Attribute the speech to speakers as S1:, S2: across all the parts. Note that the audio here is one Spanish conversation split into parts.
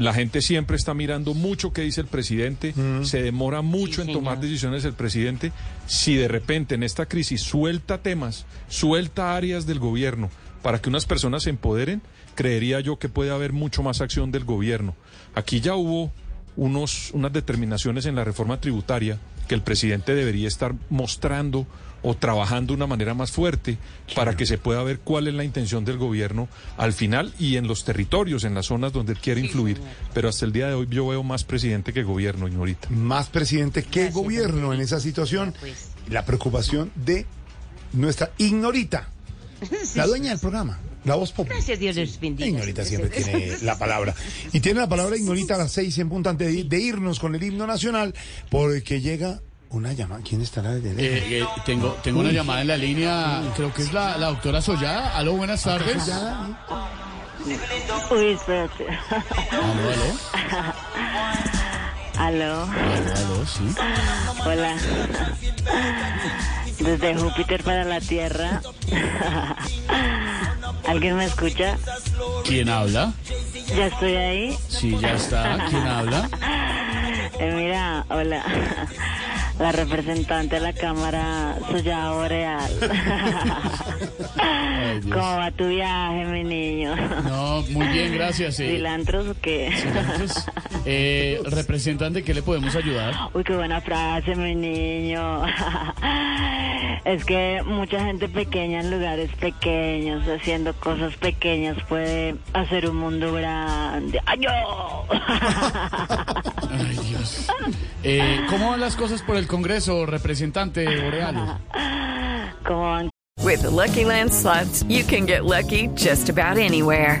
S1: La gente siempre está mirando mucho qué dice el presidente, se demora mucho en tomar decisiones el presidente. Si de repente en esta crisis suelta temas, suelta áreas del gobierno para que unas personas se empoderen, creería yo que puede haber mucho más acción del gobierno. Aquí ya hubo unos, unas determinaciones en la reforma tributaria que el presidente debería estar mostrando o trabajando de una manera más fuerte para que se pueda ver cuál es la intención del gobierno al final y en los territorios, en las zonas donde él quiere influir. Pero hasta el día de hoy yo veo más presidente que gobierno, ignorita.
S2: más presidente que gobierno en esa situación.
S3: pues.
S2: La preocupación de nuestra ignorita, la dueña del programa, la voz popular.
S3: Gracias, Dios les bendiga.
S2: Ignorita siempre tiene la palabra. Y tiene la palabra Ignorita a las seis en punto antes de, de irnos con el himno nacional, porque llega una llamada. ¿Quién estará desde lejos?
S4: Eh, eh, tengo tengo una llamada en la línea, creo que es la, la doctora Sollada. Aló, buenas tardes.
S2: Ya, ¿eh?
S5: Uy, espérate.
S4: Aló, aló.
S5: Aló,
S4: Aló, aló, sí.
S5: hola. Desde Júpiter para la Tierra. ¿Alguien me escucha?
S4: ¿Quién habla?
S5: ¿Ya estoy ahí?
S4: Sí, ya está. ¿Quién habla?
S5: Eh, mira, hola. La representante de la Cámara Suya Boreal.
S4: Ay, Dios.
S5: ¿Cómo va tu viaje, mi niño?
S4: No, muy bien, gracias. eh.
S5: ¿Cilantros o qué?
S4: Entonces, eh, representante, ¿qué le podemos ayudar?
S5: Uy, qué buena frase, mi niño. Es que mucha gente pequeña en lugares pequeños, haciendo cosas pequeñas, puede hacer un mundo grande. ¡Ay, yo!
S4: Ay, Dios. Eh, ¿Cómo van las cosas por el Congreso, representante Boreal?
S5: ¿Cómo van?
S6: With the Lucky Land slots, you can get lucky just about anywhere.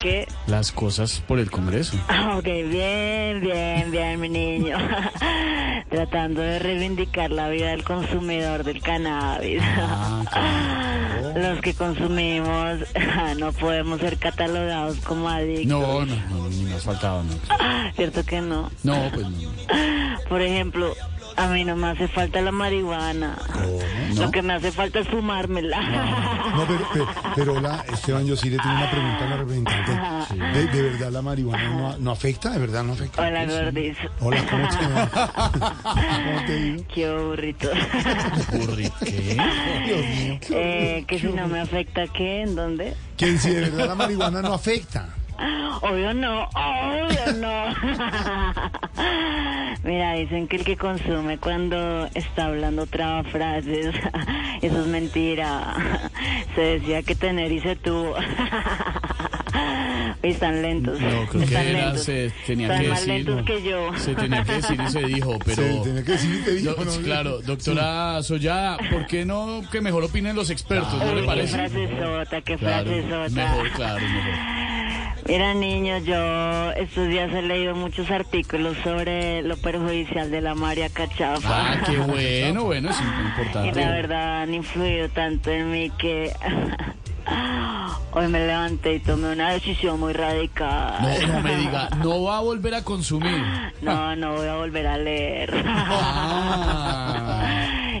S5: ¿Qué?
S4: Las cosas por el Congreso.
S5: Ok, bien, bien, bien, mi niño. Tratando de reivindicar la vida del consumidor del cannabis. Los que consumimos no podemos ser catalogados como adictos.
S4: No, no, no, ni nos faltaba. No,
S5: ¿Cierto que no?
S4: no pues no.
S5: Por ejemplo, a mí no me hace falta la marihuana. Lo que me hace falta es fumármela.
S2: No, pero, pero, pero la, Esteban, yo sí le tengo una pregunta a la representante. ¿De, de verdad la marihuana no, no afecta? ¿De verdad no afecta?
S5: Hola, gordis.
S2: Hola, ¿cómo te va? ¿Cómo te ha ido?
S5: Qué burrito.
S4: ¿Qué?
S2: Dios mío.
S5: Eh, que si no me afecta, ¿qué? ¿En dónde?
S2: Que si de verdad la marihuana no afecta.
S5: Obvio no, obvio no. Mira, dicen que el que consume cuando está hablando traba frases, eso es mentira. Se decía que tener y se tuvo. Y están lentos.
S4: No, creo que
S5: están
S4: era,
S5: lentos.
S4: se tenía
S5: están
S4: que
S5: más
S4: decir.
S5: lentos
S4: no.
S5: que yo.
S4: Se tenía que decir y se dijo, pero.
S2: Se tenía que decir y te dijo,
S4: Do-
S2: ¿no?
S4: claro, doctora Sollada, ¿por qué no que mejor opinen los expertos? ¿No le
S5: Uy, qué
S4: parece?
S5: frase sota, qué
S4: Claro,
S5: frase sota.
S4: mejor, claro, mejor.
S5: Mira, niño, yo estos días he leído muchos artículos sobre lo perjudicial de la María Cachafa.
S4: Ah, qué bueno, bueno, es
S5: Y
S4: importante.
S5: la verdad han influido tanto en mí que hoy me levanté y tomé una decisión muy radical.
S4: No, no me diga, no va a volver a consumir.
S5: No, no voy a volver a leer.
S4: Ah.